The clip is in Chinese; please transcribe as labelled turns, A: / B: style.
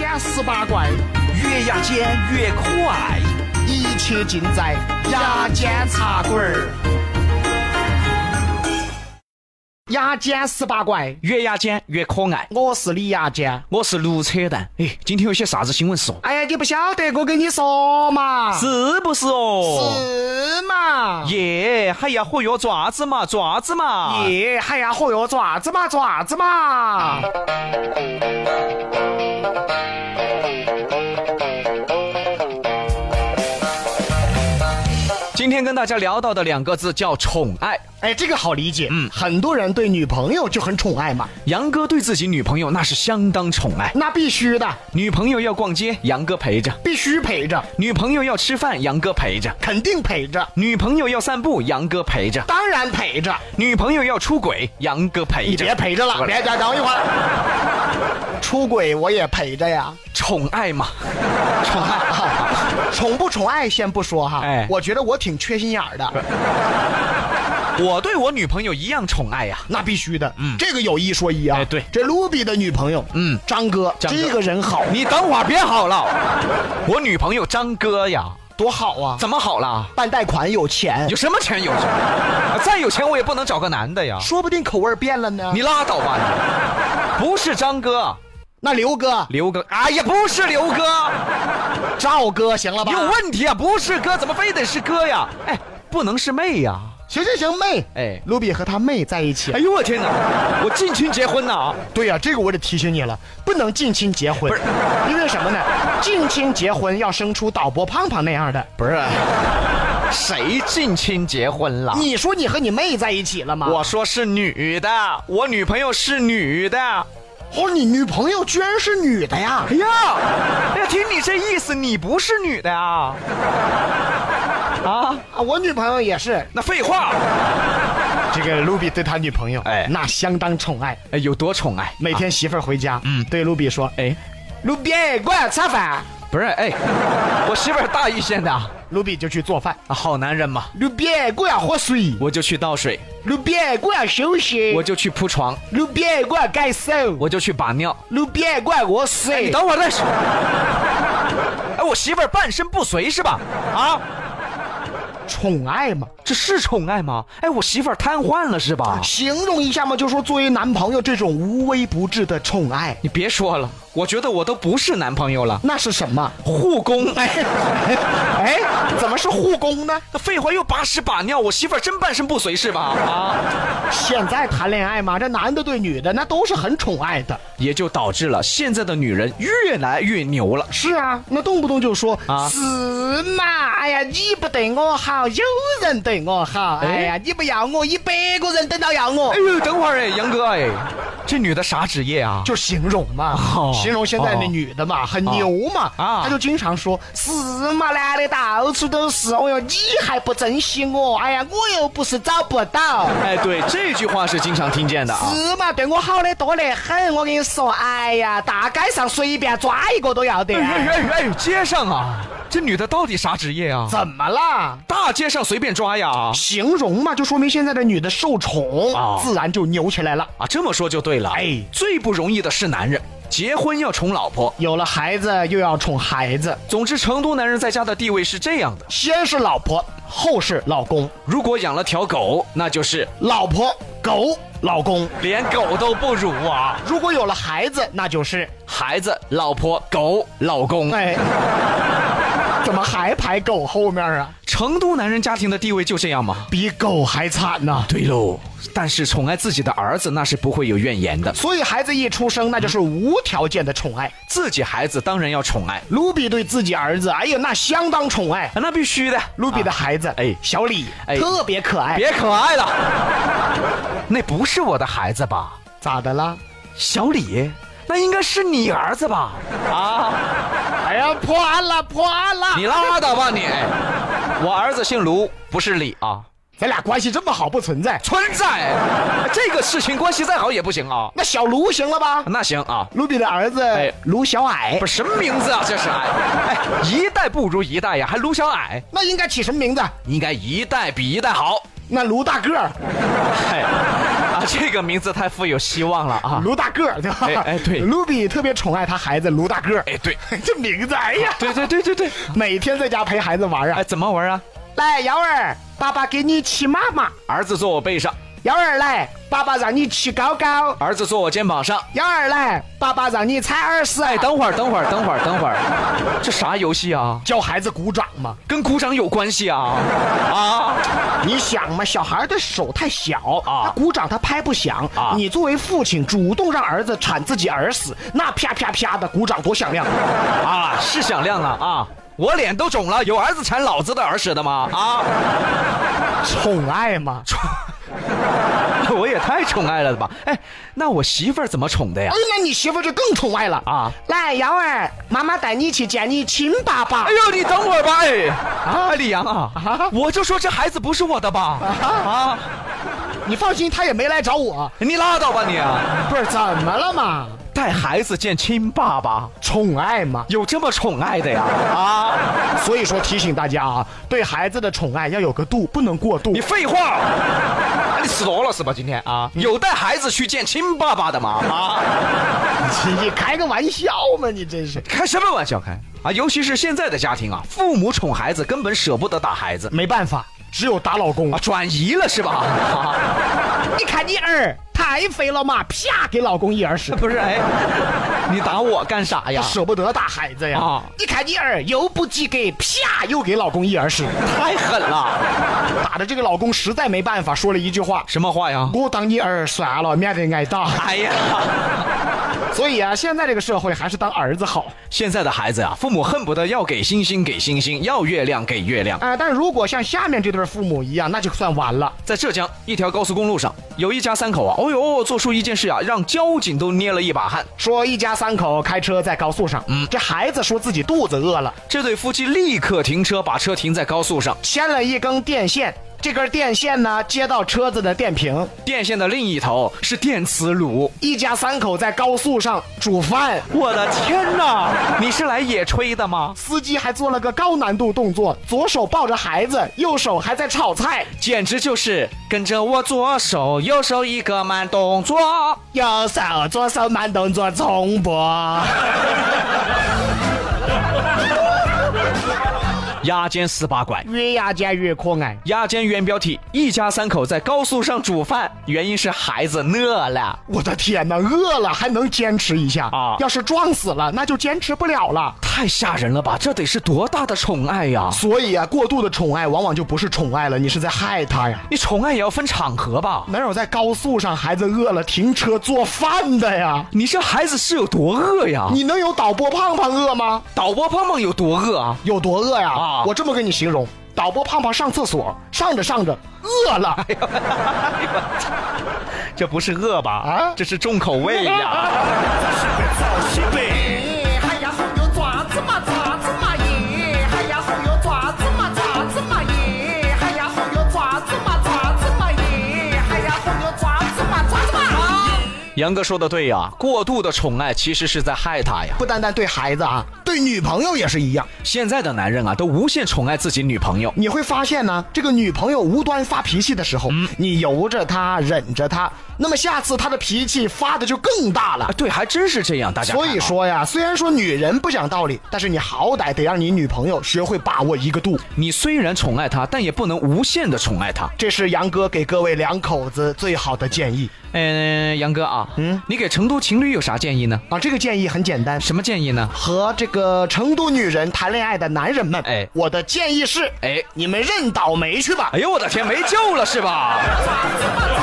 A: 压十八怪，
B: 越压尖越可爱，
A: 一切尽在牙尖茶馆儿。牙尖十八怪，
B: 越压尖越可爱。
A: 我是李牙尖。
B: 我是卢扯蛋，哎，今天有些啥子新闻哦说？
A: 哎呀，你不晓得，我跟你说嘛，
B: 是不是哦？
A: 是嘛？
B: 耶，哎还要火药爪子嘛，爪子嘛。
A: 耶，还呀嚯哟，爪子嘛，爪子嘛。
B: 今天跟大家聊到的两个字叫宠爱。
A: 哎，这个好理解，嗯，很多人对女朋友就很宠爱嘛，
B: 杨哥对自己女朋友那是相当宠爱，
A: 那必须的，
B: 女朋友要逛街，杨哥陪着；
A: 必须陪着，
B: 女朋友要吃饭，杨哥陪着；
A: 肯定陪着，
B: 女朋友要散步，杨哥陪着；
A: 当然陪着。
B: 女朋友要出轨，杨哥陪
A: 你别
B: 着。
A: 陪着了，别等等一会儿，出轨我也陪着呀。
B: 宠爱嘛，
A: 宠 爱啊，宠不宠爱先不说哈，
B: 哎
A: 我觉得我挺缺心眼儿的，
B: 我对我女朋友一样宠爱呀、啊
A: 那必须的。嗯，这个有一说一啊，
B: 哎对
A: 这卢比的女朋友，
B: 嗯
A: 张哥，嗯
B: 张哥
A: 这个人好，
B: 你等会儿别好了，我女朋友张哥呀，
A: 多好啊，
B: 怎么好了？
A: 办贷款有钱
B: 有，什么钱有什么？再有钱我也不能找个男的呀！
A: 说不定口味儿变了呢。
B: 你拉倒吧你！不是张哥，
A: 那刘哥、
B: 刘哥，哎呀，不是刘哥，
A: 赵哥，行了吧？
B: 有问题啊！不是哥，怎么非得是哥呀？哎，不能是妹呀！
A: 行行行，妹，
B: 哎
A: 卢比和他妹在一起。
B: 哎呦我天哪，我近亲结婚呐啊！
A: 对呀、这个我得提醒你了，不能近亲结婚，因为什么呢？近亲结婚要生出导播胖胖那样的。
B: 不是，谁近亲结婚了？
A: 你说你和你妹在一起了吗？
B: 我说是女的，我女朋友是女的。
A: 哦，你女朋友居然是女的呀
B: 哎！呀，哎呀，听你这意思，你不是女的啊？啊，
A: 啊，我女朋友也是。
B: 那废话，
A: 这个卢比对他女朋友，
B: 哎
A: 那相当宠爱。
B: 哎，有多宠爱？
A: 每天媳妇儿回家，嗯，对卢比说
B: 哎，：“
A: 卢比，过来吃饭。
B: 不是，哎，我媳妇儿大邑县的，啊”
A: 卢比就去做饭。
B: 好男人嘛，
A: 卢比，过来喝水。
B: 我就去倒水，
A: 卢比，过来休息。
B: 我就去铺床，
A: 卢比，过来盖手。
B: 我就去把尿。哎
A: 卢比，过来我
B: 你
A: 水。
B: 等会儿再说。哎，我媳妇儿半身不遂是吧？啊，
A: 宠爱嘛，
B: 这是宠爱吗？哎，我媳妇儿瘫痪了是吧？
A: 啊形容一下嘛，就说作为男朋友这种无微不至的宠爱，
B: 你别说了，我觉得我都不是男朋友了，
A: 那是什么？
B: 护工。 哎，
A: 哎，怎么是护工呢？
B: 那废话又把屎把尿，我媳妇儿真半身不遂是吧？啊，
A: 现在谈恋爱嘛，这男的对女的那都是很宠爱的。
B: 也就导致了现在的女人越来越牛了。
A: 是啊，那动不动就说
B: 啊
A: 是嘛，哎呀，你不对我好，有人对我好，
B: 哎
A: 哎呀，你不要我，一百个人等到要我
B: 哎，呦，等会儿哎，杨哥哎，这女的啥职业啊？
A: 就形容嘛，
B: 哦
A: 形容现在那
B: 哦
A: 女的嘛，很牛嘛，
B: 啊
A: 她就经常说是嘛，男的到处都是，哎呦，你还不珍惜我，哎呀，我又不是找不到。
B: 哎，对，这句话是经常听见的啊。
A: 是嘛？对我好的多得很，我跟你说，哎呀，大街上随便抓一个都要 得。
B: 哎哎哎，街上啊，这女的到底啥职业啊？
A: 怎么啦？
B: 大街上随便抓呀？
A: 形容嘛，就说明现在的女的受宠，
B: 啊
A: 自然就牛起来了。
B: 啊，这么说就对了。
A: 哎
B: 最不容易的是男人，结婚要宠老婆。
A: 有了孩子又要宠孩子，
B: 总之，成都男人在家的地位是这样的：
A: 先是老婆，后是老公，
B: 如果养了条狗，那就是
A: 老婆狗老公。
B: 连狗都不如啊。
A: 如果有了孩子，那就是
B: 孩子、老婆、狗、老公，
A: 哎， 怎么还排狗后面啊？
B: 成都男人家庭的地位就这样吗？
A: 比狗还惨呐、
B: 对喽，但是宠爱自己的儿子那是不会有怨言的，
A: 所以孩子一出生，那就是无条件的宠爱。
B: 自己孩子当然要宠爱，
A: 卢比对自己儿子，哎呀，那相当宠爱。
B: 啊那必须的。
A: 卢比的孩子，哎
B: 哎，
A: 小李，
B: 哎
A: 特别可爱。
B: 别可爱了， 那不是我的孩子吧？
A: 咋的啦？
B: 小李，那应该是你儿子吧？啊，
A: 哎呀，破案了，破案了！
B: 你拉倒吧你！我儿子姓卢，不是李啊。
A: 咱俩关系这么好，不存在。
B: 存在，这个事情关系再好也不行啊。
A: 那小卢行了吧？
B: 那行啊，
A: 卢比的儿子、
B: 哎
A: 卢小矮
B: 不，是什么名字啊？这是哎，哎，一代不如一代呀，还卢小矮，
A: 那应该起什么名字？
B: 应该一代比一代好。
A: 那卢大个儿，
B: 哎，啊啊，这个名字太富有希望了啊！
A: 卢大个儿，对吧？
B: 哎哎对
A: 卢比特别宠爱他孩子卢大个儿，
B: 哎，对，
A: 这名字，哎呀，
B: 对对对对对，
A: 每天在家陪孩子玩啊
B: 哎，。怎么玩啊？
A: 来，幺儿，爸爸给你骑妈妈；
B: 儿子坐我背上，
A: 幺儿来，爸爸让你骑高高；
B: 儿子坐我肩膀上。
A: 幺儿来，爸爸让你踩耳屎。
B: 哎，等会儿，等会儿，等会儿，等会儿，这啥游戏啊？
A: 教孩子鼓掌嘛。
B: 跟鼓掌有关系啊？啊，
A: 你想嘛，小孩的手太小
B: 啊
A: 他鼓掌他拍不响
B: 啊
A: 你作为父亲主动让儿子铲自己耳屎，那啪啪啪的鼓掌多响亮！
B: 啊，是响亮了啊！我脸都肿了，有儿子馋老子的耳屎的吗？啊，
A: 宠爱嘛。
B: 我也太宠爱了吧？哎，那我媳妇儿怎么宠的呀
A: 哎？，那你媳妇儿就更宠爱了啊！
B: 啊，
A: 来，瑶儿，妈妈带你去见你亲爸爸
B: 哎。呦，你等会儿吧，哎，啊，李阳啊，我就说这孩子不是我的吧？啊，
A: 你放心，他也没来找我。
B: 你拉倒吧你、啊，
A: 不是怎么了嘛？
B: 带孩子见亲爸爸，
A: 宠爱嘛。
B: 有这么宠爱的呀？ 啊，
A: 所以说提醒大家啊，对孩子的宠爱要有个度，不能过度
B: 你。废话，啊你死多了是吧？今天啊，有带孩子去见亲爸爸的吗？啊，
A: 你开个玩笑嘛，你真是
B: 开什么玩笑开啊！尤其是现在的家庭啊，父母宠孩子根本舍不得打孩子
A: 没办法，只有打老公
B: 啊，。转移了是吧？ 啊
A: 你看你儿太肥了嘛，啪给老公一耳屎，
B: 不是，哎，你打我干啥呀？
A: 舍不得打孩子呀。
B: 啊
A: 你看你儿又不及格，啪又给老公一耳 屎，
B: 太狠了，
A: 打的这个老公实在没办法，说了一句话。
B: 什么话呀？
A: 我当你儿算了，免得挨打。
B: 哎呀，
A: 所以啊，现在这个社会还是当儿子好
B: 现在的孩子啊，父母恨不得要给星星给星星，要月亮给月亮。
A: 啊、但如果像下面这对父母一样，那就算完了。
B: 在浙江一条高速公路上，有一家三口啊，哦呦，做出一件事啊，让交警都捏了一把汗。
A: 说一家三口开车在高速上，这孩子说自己肚子饿了，
B: 这对夫妻立刻停车，把车停在高速上。
A: 牵了一根电线，这根电线呢接到车子的电瓶。
B: 电线的另一头是电磁炉。
A: 一家三口在高速上煮饭，
B: 我的天哪！你是来野炊的吗？
A: 司机还做了个高难度动作，左手抱着孩子，右手还在炒菜，
B: 简直就是跟着我左手右手一个慢动作。
A: 右手左手慢动作重播。
B: 压尖十八拐。
A: 越压尖越可爱。
B: 压尖原标题：一家三口在高速上煮饭，原因是孩子饿了。
A: 我的天哪，饿了还能坚持一下
B: 啊
A: 要是撞死了，那就坚持不了了。
B: 太吓人了吧！这得是多大的宠爱呀！
A: 所以啊，过度的宠爱往往就不是宠爱了，你是在害他呀。
B: 你宠爱也要分场合吧？
A: 哪有在高速上孩子饿了停车做饭的呀？
B: 你这孩子是有多饿呀？
A: 你能有导播胖胖饿吗？
B: 导播胖胖有多饿啊？
A: 有多饿呀？
B: 啊
A: 我这么跟你形容，导播胖胖上厕所，上着上着饿了，
B: 这不是饿吧？
A: 啊
B: 这是重口 味呀！
C: 耶，还哎呀红油爪子嘛爪子嘛耶，还呀红油爪子嘛爪子嘛耶，还呀红油爪子嘛爪子嘛耶，还呀红油爪子嘛爪子嘛啊。
B: 杨哥说的对呀，过度的宠爱其实是在害他呀。
A: 不单单对孩子啊，对女朋友也是一样。
B: 现在的男人啊，都无限宠爱自己女朋友。
A: 你会发现呢，这个女朋友无端发脾气的时候，你由着她，忍着她，那么下次她的脾气发的就更大了
B: 啊，。对，还真是这样，大家看啊。
A: 所以说呀，虽然说女人不讲道理，但是你好歹得让你女朋友学会把握一个度。
B: 你虽然宠爱他，但也不能无限的宠爱他。
A: 这是杨哥给各位两口子最好的建议
B: 嗯，杨哥啊，嗯，你给成都情侣有啥建议呢？
A: 啊！这个建议很简单，
B: 什么建议呢？
A: 和这个成都女人谈恋爱的男人们，
B: 哎
A: 我的建议是，
B: 哎
A: 你们认倒霉去吧。
B: 哎呦我的天，没救了是吧？
C: 爪子嘛爪